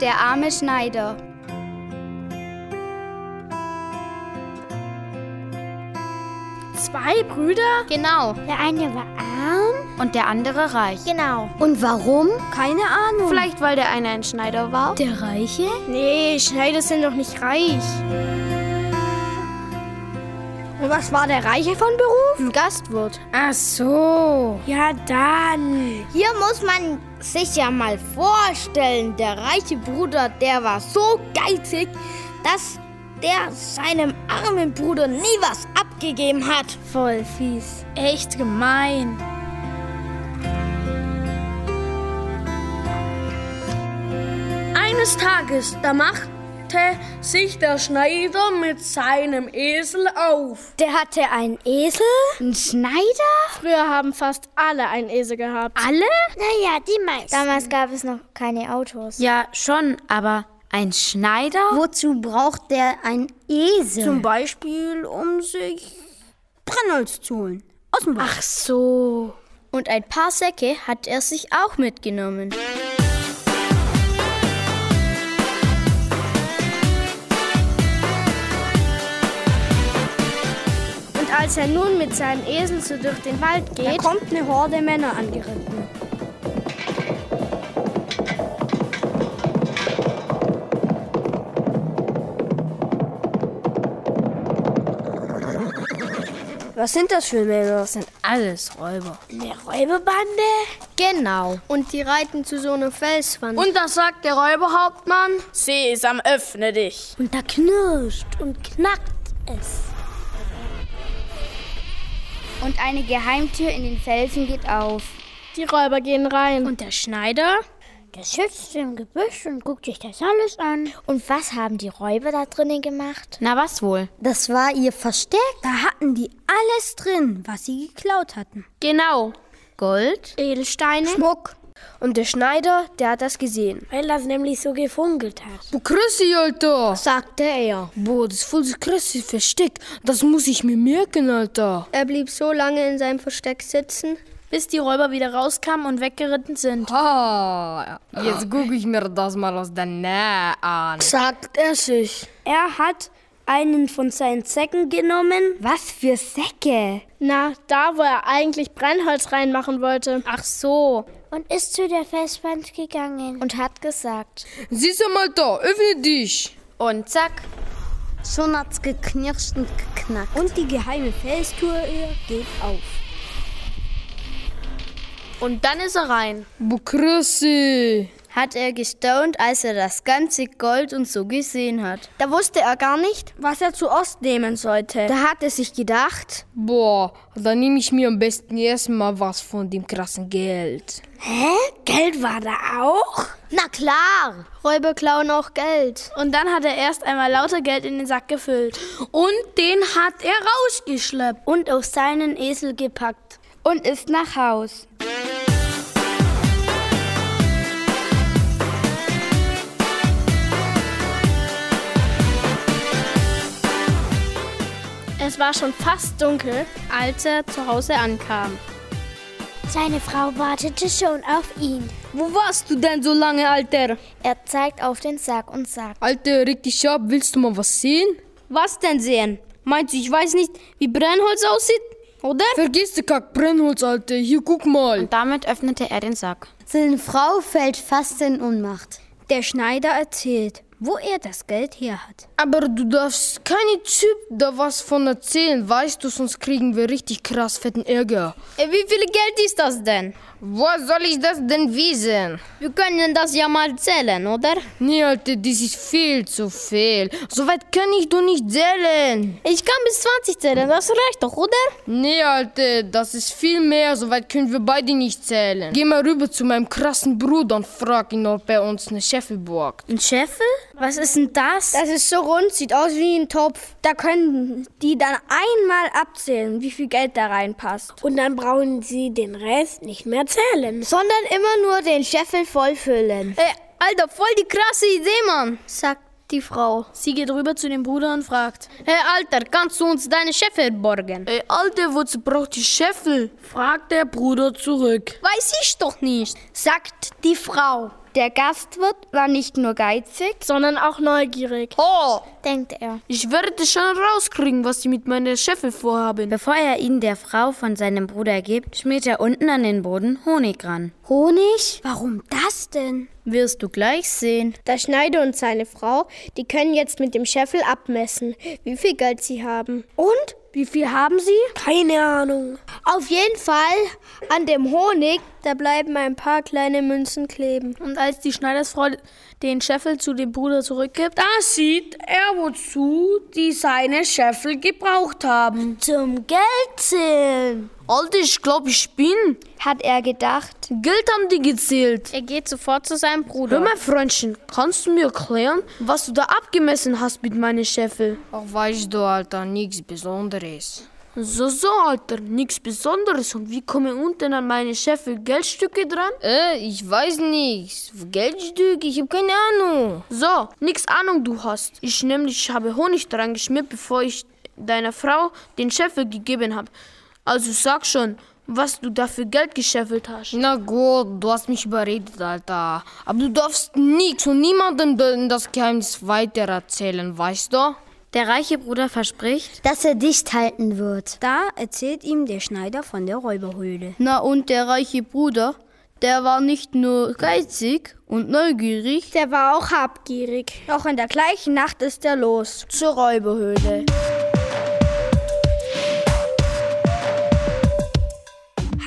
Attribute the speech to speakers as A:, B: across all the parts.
A: Der arme Schneider.
B: Zwei Brüder?
A: Genau.
C: Der eine war arm?
A: Und der andere reich.
C: Genau.
D: Und warum?
C: Keine Ahnung.
B: Vielleicht weil der eine ein Schneider war?
D: Der Reiche?
B: Nee, Schneider sind doch nicht reich.
C: Und was war der Reiche von Beruf?
B: Ein Gastwirt.
D: Ach so.
B: Ja, dann.
C: Hier muss man sich ja mal vorstellen, der reiche Bruder, der war so geizig, dass der seinem armen Bruder nie was abgegeben hat.
B: Voll fies. Echt gemein. Eines Tages, da machte sich der Schneider mit seinem Esel auf.
C: Der hatte einen Esel?
D: Ein Schneider?
B: Früher haben fast alle einen Esel gehabt.
D: Alle?
C: Naja, die meisten.
A: Damals gab es noch keine Autos.
D: Ja, schon, aber ein Schneider?
C: Wozu braucht der einen Esel?
E: Zum Beispiel, um sich Brennholz zu holen. Aus dem Wald.
B: Ach so.
A: Und ein paar Säcke hat er sich auch mitgenommen.
B: Und als er nun mit seinem Esel so durch den Wald
E: Da
B: geht,
E: kommt eine Horde Männer angeritten. Was sind das für Männer?
D: sind alles Räuber.
B: eine Räuberbande?
A: Genau.
B: Und die reiten zu so einem Felswand.
F: Und da sagt der Räuberhauptmann, Sesam, öffne dich.
C: Und da knirscht und knackt es.
A: Und eine Geheimtür in den Felsen geht auf.
B: die Räuber gehen rein.
F: Und der Schneider?
C: Der sitzt im Gebüsch und guckt sich das alles an.
A: Und was haben die Räuber da drinnen gemacht?
D: Na, was wohl?
C: Das war ihr Versteck.
E: Da hatten die alles drin, was sie geklaut hatten.
B: genau.
D: Gold?
B: Edelsteine.
E: Schmuck. Und der Schneider, der hat das gesehen.
B: Weil das nämlich so gefunkelt hat.
F: Grüß dich, Alter.
B: Sagte er.
F: Boah, das ist voll das krasse Versteck. Das muss ich mir merken, Alter.
B: Er blieb so lange in seinem Versteck sitzen, bis die Räuber wieder rauskamen und weggeritten sind.
F: Ah, jetzt gucke ich mir das mal aus der Nähe an.
B: Sagt er sich.
E: Er hat einen von seinen Zecken genommen.
A: Was für Säcke!
B: Na, da wo er eigentlich Brennholz reinmachen wollte. Ach so.
C: Und ist zu der Felswand gegangen.
A: Und hat gesagt,
F: Sesam, Alter, öffne dich.
D: Und zack.
C: Schon hat's geknirscht und geknackt.
E: Und die geheime Felstour
B: äh,
E: geht auf.
B: Und dann ist er rein.
F: Boah, krasse.
A: hat er gestaunt, als er das ganze Gold und so gesehen hat.
B: Da wusste er gar nicht.
E: Was er zuerst nehmen sollte.
B: Da hat er sich gedacht,
F: Boah, dann nehme ich mir am besten erstmal was von dem krassen Geld.
E: Geld war da auch?
C: Na klar.
B: Räuber klauen auch Geld. Und dann hat er erst einmal lauter Geld in den Sack gefüllt. Und den hat er rausgeschleppt.
E: Und auf seinen Esel gepackt.
A: Und ist nach Haus.
B: Es war schon fast dunkel, als er zu Hause ankam.
C: Seine Frau wartete schon auf ihn.
F: Wo warst du denn so lange, Alter?
A: Er zeigt auf den Sack und sagt,
F: Alter, reg dich ab, willst du mal was sehen?
D: Was denn sehen? Meinst du, ich weiß nicht, wie Brennholz aussieht? Oder?
F: Vergiss die Kackbrennholz, Alter, hier guck mal.
D: Und damit öffnete er den Sack.
C: Seine Frau fällt fast in Ohnmacht.
E: Der Schneider erzählt, wo er das Geld her hat.
F: Aber du darfst keine Typ da was von erzählen, weißt du, sonst kriegen wir richtig krass fetten Ärger.
E: Äh,
D: Wie viel Geld ist das denn?
F: Was soll ich das denn wissen?
D: Wir können das ja mal zählen, oder?
F: Nee, Alter, das ist viel zu viel. Soweit kann ich doch nicht zählen.
D: Ich kann bis 20 zählen, das reicht doch, oder?
F: Nee, Alter, das ist viel mehr, soweit können wir beide nicht zählen. Geh mal rüber zu meinem krassen Bruder und frag ihn, ob er uns eine Scheffel borgt.
B: Ein Scheffel? Was ist denn das?
E: Das ist so rund, sieht aus wie ein Topf. Da können die dann einmal abzählen, wie viel Geld da reinpasst.
B: Und dann brauchen sie den Rest nicht mehr zählen.
A: sondern immer nur den Scheffel vollfüllen.
D: Alter, voll die krasse Idee, Mann.
A: sagt
B: Die Frau. Sie geht rüber zu dem Bruder und fragt.
D: Hey Alter, kannst du uns deine Scheffel borgen?
F: Ey, Alter, wozu braucht die Scheffel? fragt der Bruder zurück.
D: Weiß ich doch nicht.
E: sagt die Frau.
A: Der Gastwirt war nicht nur geizig,
B: Sondern auch neugierig.
F: Oh,
A: denkt er.
F: ich werde schon rauskriegen, was sie mit meiner Scheffel vorhaben.
G: Bevor er ihn der Frau von seinem Bruder gibt, schmiert er unten an den Boden Honig ran.
E: Honig?
G: Warum das denn?
A: Wirst du gleich sehen.
E: Da Schneider und seine Frau, die können jetzt mit dem Scheffel abmessen, wie viel Geld sie haben. Und? Wie viel haben sie? Keine Ahnung.
C: Auf jeden Fall an dem Honig
E: Da bleiben ein paar kleine Münzen kleben.
B: Und als die Schneidersfrau den Scheffel zu dem Bruder zurückgibt,
F: Da sieht er, wozu die seine Scheffel gebraucht haben.
C: zum Geld zählen.
F: Alter, ich glaube, Halt ich bin.
E: Hat er gedacht.
F: Geld haben die gezählt.
D: Er geht sofort zu seinem
F: Hör
D: Bruder.
F: mal, Freundchen, kannst du mir erklären, was du da abgemessen hast mit meiner Scheffel? Ach, weißt du, Alter, nichts Besonderes. So, so, Alter, nichts Besonderes. Und wie kommen unten an meine Scheffel Geldstücke dran? Äh, ich weiß nichts. Geldstücke? Ich habe keine Ahnung. So, nix Ahnung du hast. Ich nämlich habe Honig dran geschmiert, bevor ich deiner Frau den Scheffel gegeben habe. Also sag schon, was du dafür Geld gescheffelt hast. Na gut, du hast mich überredet, Alter. Aber du darfst nichts und niemandem das Geheimnis weiter erzählen, weißt du?
G: Der reiche Bruder verspricht,
E: Dass er dicht halten wird.
G: da erzählt ihm der Schneider von der Räuberhöhle.
A: Na und der reiche Bruder, der war nicht nur geizig und neugierig,
E: Der war auch habgierig. Noch in der gleichen Nacht ist er los. Zur Räuberhöhle.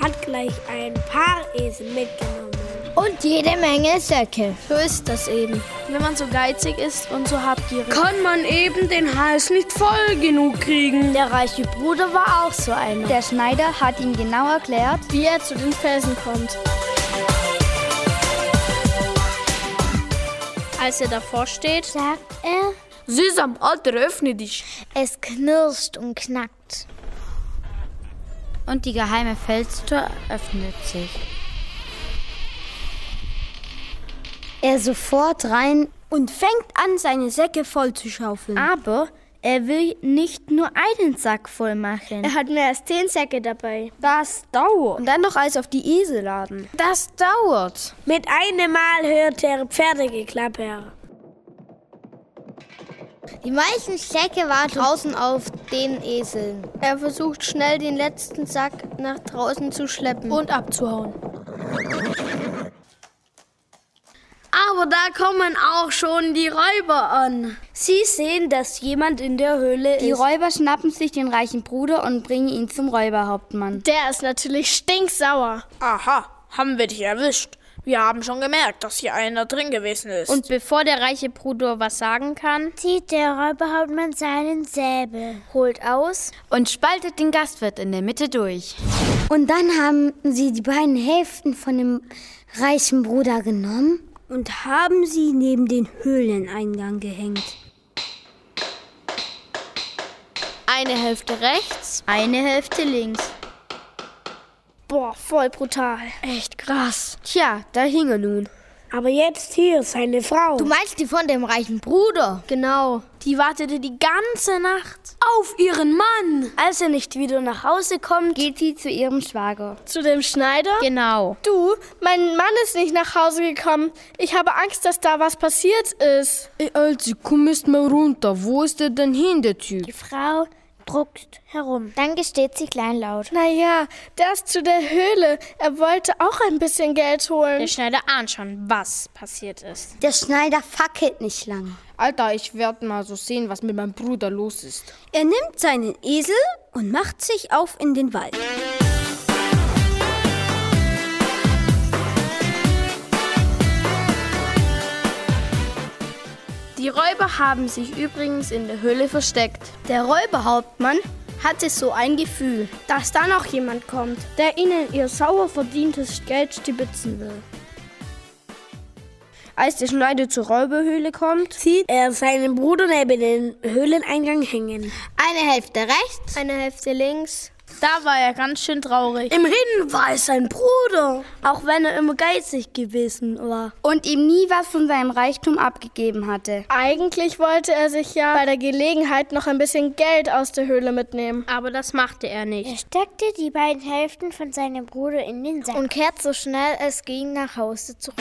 H: hat gleich ein paar Esel mitgenommen.
C: Und jede Menge Säcke.
E: So ist das eben.
B: wenn man so geizig ist und so habgierig.
F: Kann man eben den Hals nicht voll genug kriegen.
H: Der reiche Bruder war auch so einer.
E: Der Schneider hat ihm genau erklärt,
B: Wie er zu den Felsen kommt.
D: Als er davor steht,
C: Sagt er,
F: Sesam, Alter, öffne dich.
C: es knirscht und knackt.
G: Und die geheime Felstür öffnet sich.
E: er sofort rein und fängt an, seine Säcke voll zu schaufeln.
A: aber er will nicht nur einen Sack voll machen.
H: Er hat mehr als zehn Säcke dabei.
E: Das dauert. Und dann noch alles auf die Esel laden.
F: Das dauert.
H: Mit einem Mal hörte er Pferdegeklapper.
C: Die meisten Säcke waren draußen auf den Eseln.
E: Er versucht schnell den letzten Sack nach draußen zu schleppen.
B: Und abzuhauen.
H: Aber da kommen auch schon die Räuber an. Sie sehen, dass jemand in der Höhle
D: die
H: ist.
D: Räuber schnappen sich den reichen Bruder und bringen ihn zum Räuberhauptmann.
B: Der ist natürlich stinksauer.
I: Aha, haben wir dich erwischt. Wir haben schon gemerkt, dass hier einer drin gewesen ist.
D: Und bevor der reiche Bruder was sagen kann,
H: Zieht der Räuberhauptmann seinen Säbel, holt aus
G: Und spaltet den Gastwirt in der Mitte durch.
E: Und dann haben sie die beiden Hälften von dem reichen Bruder genommen.
H: und haben sie neben den Höhleneingang gehängt.
B: Eine Hälfte rechts,
A: Eine Hälfte links.
H: Boah, voll brutal.
E: Tja, da hing er nun.
H: Aber jetzt hier seine Frau.
C: Du meinst die von dem reichen Bruder?
B: Genau. Die wartete die ganze Nacht
H: auf ihren Mann. Als er nicht wieder nach Hause kommt,
E: Geht sie zu ihrem Schwager.
B: zu dem Schneider.
D: genau.
I: du, mein Mann ist nicht nach Hause gekommen. Ich habe Angst, dass da was passiert ist.
F: Ey, Alter, komm erst mal runter. Wo ist der denn hin, der Typ?
H: die Frau druckt herum.
A: Dann gesteht sie kleinlaut.
I: Naja, der ist zu der Höhle. Er wollte auch ein bisschen Geld holen.
D: Der Schneider ahnt schon, was passiert ist.
E: Der Schneider fackelt nicht lang.
F: Alter, ich werde mal so sehen, was mit meinem Bruder los ist.
E: Er nimmt seinen Esel und macht sich auf in den Wald.
B: Die Räuber haben sich übrigens in der Höhle versteckt.
A: Der Räuberhauptmann hatte so ein Gefühl.
H: Dass da noch jemand kommt, der ihnen ihr sauer verdientes Geld stibitzen will.
E: Als der Schneider zur Räuberhöhle kommt,
H: Sieht er seinen Bruder neben den Höhleneingang hängen.
C: Eine Hälfte rechts,
B: Eine Hälfte links.
I: Da war er ganz schön traurig.
D: Immerhin war es sein Bruder. Auch wenn er immer geizig gewesen war.
E: Und ihm nie was von seinem Reichtum abgegeben hatte.
I: Eigentlich wollte er sich ja bei der Gelegenheit noch ein bisschen Geld aus der Höhle mitnehmen.
J: Aber das machte er nicht.
B: Er steckte die beiden Hälften von seinem Bruder in den Sack und kehrte so schnell es ging nach Hause zurück.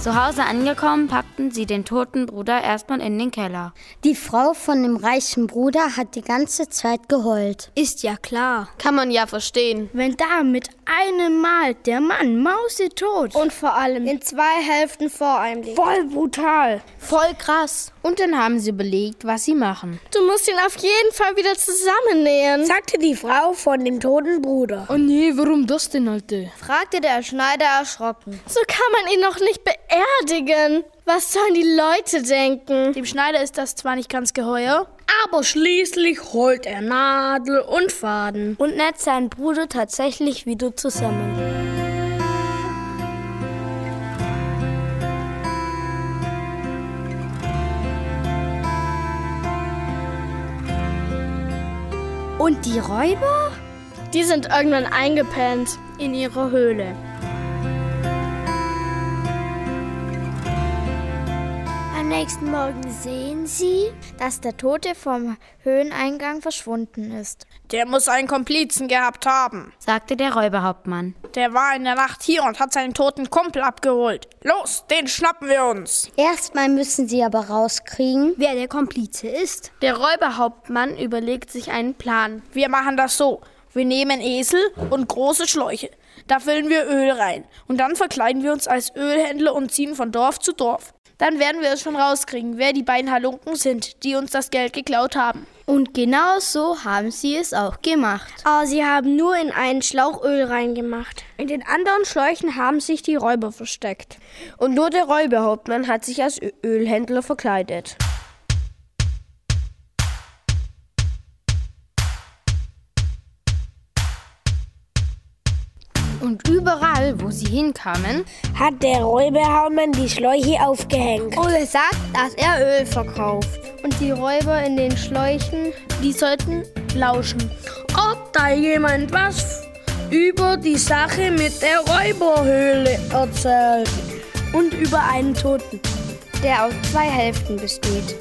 F: Zu Hause angekommen, packten sie den toten Bruder erstmal in den Keller.
K: Die Frau von dem reichen Bruder hat die ganze Zeit geheult.
L: Ist ja klar.
M: Kann man ja verstehen.
L: Wenn da mit einem Mal der Mann mausetot
I: und vor allem in zwei Hälften vor einem liegt.
L: Voll brutal.
N: Voll krass.
F: Und dann haben sie überlegt, was sie machen.
I: Du musst ihn auf jeden Fall wieder zusammennähen,
O: sagte die Frau von dem toten Bruder.
M: Oh nee, warum das denn, Alte?
E: fragte der Schneider erschrocken.
I: So kann man ihn noch nicht beerdigen. Was sollen die Leute denken?
L: Dem Schneider ist das zwar nicht ganz geheuer,
D: aber schließlich holt er Nadel und Faden
L: und netzt seinen Bruder tatsächlich wieder zusammen.
E: Und die Räuber?
I: Die sind irgendwann eingepennt
L: in ihrer Höhle.
B: Am nächsten Morgen sehen sie, dass der Tote vom Höheneingang verschwunden ist.
O: Der muss einen Komplizen gehabt haben,
F: sagte der Räuberhauptmann.
O: Der war in der Nacht hier und hat seinen toten Kumpel abgeholt. Los, den schnappen wir uns.
K: Erstmal müssen sie aber rauskriegen,
L: wer der Komplize ist.
M: Der Räuberhauptmann überlegt sich einen Plan.
O: Wir machen das so. Wir nehmen Esel und große Schläuche. Da füllen wir Öl rein. Und dann verkleiden wir uns als Ölhändler und ziehen von Dorf zu Dorf. Dann werden wir es schon rauskriegen, wer die beiden Halunken sind, die uns das Geld geklaut haben.
P: Und genau so haben sie es auch gemacht.
J: Aber sie haben nur in einen Schlauch Öl reingemacht.
L: In den anderen Schläuchen haben sich die Räuber versteckt.
N: Und nur der Räuberhauptmann hat sich als Ö Ölhändler verkleidet.
F: Und überall, wo sie hinkamen,
O: hat der Räuberhauptmann die Schläuche aufgehängt.
E: Und gesagt, dass er Öl verkauft.
J: Und die Räuber in den Schläuchen,
L: die sollten lauschen.
D: Ob da jemand was über die Sache mit der Räuberhöhle erzählt.
L: Und über einen Toten,
E: der aus zwei Hälften besteht.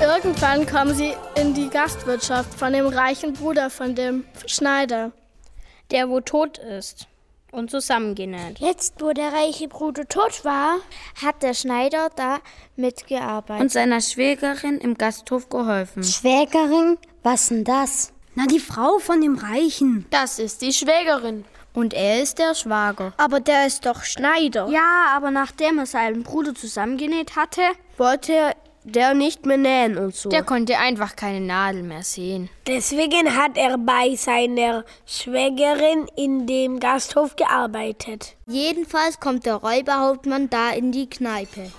I: Irgendwann kommen sie in die Gastwirtschaft von dem reichen Bruder von dem Schneider,
J: der wo tot ist und zusammengenäht.
B: Jetzt, wo der reiche Bruder tot war, hat der Schneider da mitgearbeitet.
F: Und seiner Schwägerin im Gasthof geholfen.
K: Schwägerin? Was denn das?
E: Na, die Frau von dem Reichen.
M: Das ist die Schwägerin.
P: Und er ist der Schwager.
L: Aber der ist doch Schneider.
D: Ja, aber nachdem er seinen Bruder zusammengenäht hatte,
L: wollte er der nicht mehr nähen und so.
F: Der konnte einfach keine Nadel mehr sehen.
O: Deswegen hat er bei seiner Schwägerin in dem Gasthof gearbeitet.
Q: Jedenfalls kommt der Räuberhauptmann da in die Kneipe.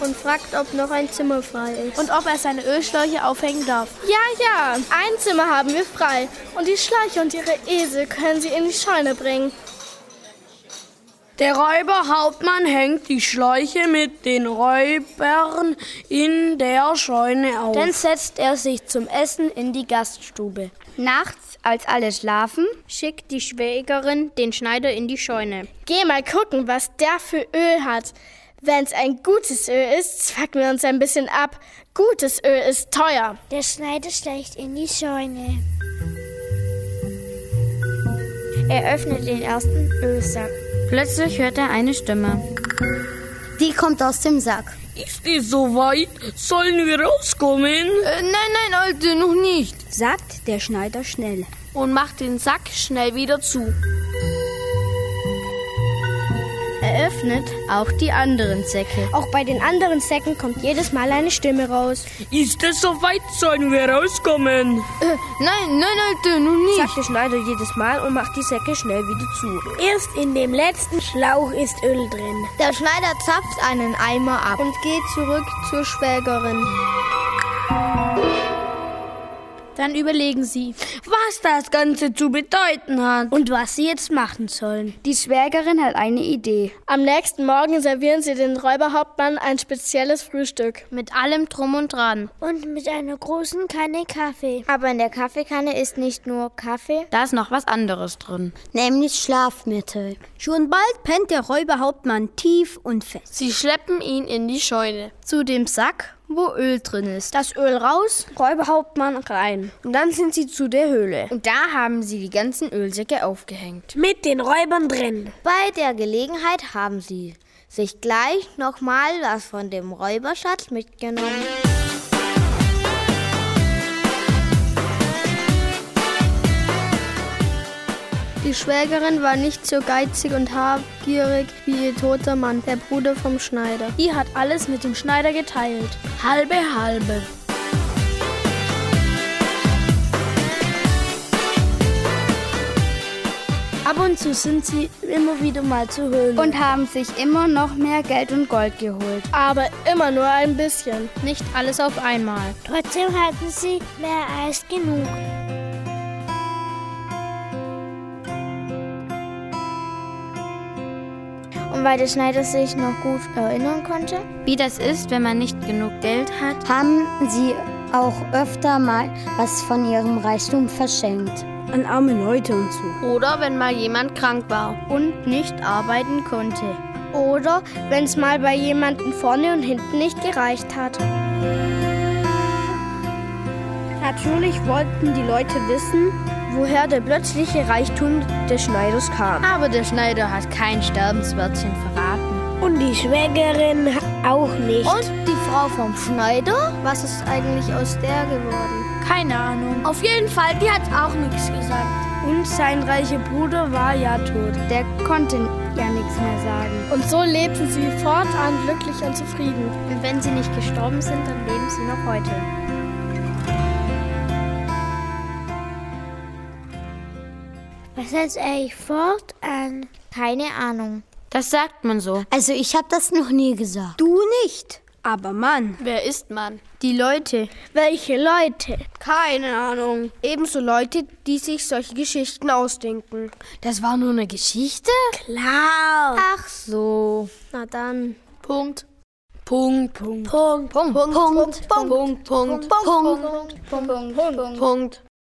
J: Und fragt, ob noch ein Zimmer frei ist.
I: Und ob er seine Ölschläuche aufhängen darf.
J: Ja, ja, ein Zimmer haben wir frei. Und die Schläuche und ihre Esel können sie in die Scheune bringen.
D: Der Räuberhauptmann hängt die Schläuche mit den Räubern in der Scheune auf.
L: Dann setzt er sich zum Essen in die Gaststube.
P: Nachts, als alle schlafen,
N: schickt die Schwägerin den Schneider in die Scheune.
I: Geh mal gucken, was der für Öl hat. Wenn's ein gutes Öl ist, zwacken wir uns ein bisschen ab. Gutes Öl ist teuer.
B: Der Schneider schleicht in die Scheune. Er öffnet den ersten Ölsack.
F: Plötzlich hört er eine Stimme.
K: Die kommt aus dem Sack.
D: Ist es soweit? Sollen wir rauskommen? Äh,
M: nein, nein, Alte, noch nicht,
E: sagt der Schneider schnell.
M: Und macht den Sack schnell wieder zu.
P: Er öffnet auch die anderen Säcke.
J: Auch bei den anderen Säcken kommt jedes Mal eine Stimme raus.
D: Ist es soweit? Sollen wir rauskommen?
M: Äh, nein, nein, Alte, nun nicht.
N: Sagt der Schneider jedes Mal und macht die Säcke schnell wieder zu.
O: Erst in dem letzten Schlauch ist Öl drin.
E: Der Schneider zapft einen Eimer ab
J: und geht zurück zur Schwägerin.
I: Dann überlegen Sie, was das Ganze zu bedeuten hat.
R: Und was sie jetzt machen sollen. Die Schwägerin hat eine Idee.
S: Am nächsten Morgen servieren sie den Räuberhauptmann ein spezielles Frühstück.
I: Mit allem Drum und Dran.
T: Und mit einer großen Kanne Kaffee.
B: Aber in der Kaffeekanne ist nicht nur Kaffee.
F: Da ist noch was anderes drin.
U: nämlich Schlafmittel.
R: Schon bald pennt der Räuberhauptmann tief und fest.
O: Sie schleppen ihn in die Scheune.
V: Zu dem Sack, wo Öl drin ist.
I: Das Öl raus,
W: Räuberhauptmann rein. Und dann sind sie zu der Höhle.
F: Und da haben sie die ganzen Ölsäcke aufgehängt.
W: Mit den Räubern drin.
B: Bei der Gelegenheit haben sie sich gleich nochmal was von dem Räuberschatz mitgenommen.
I: Die Schwägerin war nicht so geizig und habgierig wie ihr toter Mann, der Bruder vom Schneider. Die hat alles mit dem Schneider geteilt. Halbe, halbe.
R: Ab und zu sind sie immer wieder mal zur Höhle.
E: Und haben sich immer noch mehr Geld und Gold geholt.
S: Aber immer nur ein bisschen.
I: Nicht alles auf einmal.
T: Trotzdem hatten sie mehr als genug.
B: Und weil der Schneider sich noch gut erinnern konnte,
F: Wie das ist, wenn man nicht genug Geld hat.
U: Haben sie auch öfter mal was von ihrem Reichtum verschenkt.
R: An arme Leute und so.
O: Oder wenn mal jemand krank war.
V: Und nicht arbeiten konnte.
S: Oder wenn es mal bei jemandem vorne und hinten nicht gereicht hat.
E: Natürlich wollten die Leute wissen, woher der plötzliche Reichtum des Schneiders kam.
V: Aber der Schneider hat kein Sterbenswörtchen verraten.
E: Und die Schwägerin auch nicht.
B: Und die Frau vom Schneider? Was ist eigentlich aus der geworden?
I: Keine Ahnung. Auf jeden Fall, die hat auch nichts gesagt.
E: Und sein reicher Bruder war ja tot.
R: Der konnte ja nichts mehr sagen.
S: Und so lebten sie fortan glücklich und zufrieden.
V: Und wenn sie nicht gestorben sind, dann leben sie noch heute.
T: Was heißt eigentlich fortan?
B: Keine Ahnung.
F: Das sagt man so.
U: Also ich habe das noch nie gesagt.
E: Du nicht, aber Mann.
O: Wer ist man?
V: Die Leute.
E: Welche Leute? Keine Ahnung. Ebenso Leute, die sich solche Geschichten ausdenken.
O: Das war nur eine Geschichte?
E: Klar.
B: Ach so.
E: Na dann.
O: Punkt. Punkt. Punkt.
F: Punkt. Punkt. Punkt. Punkt. Punkt. Punkt. Punkt. Punkt. Punkt. Punkt. Punkt.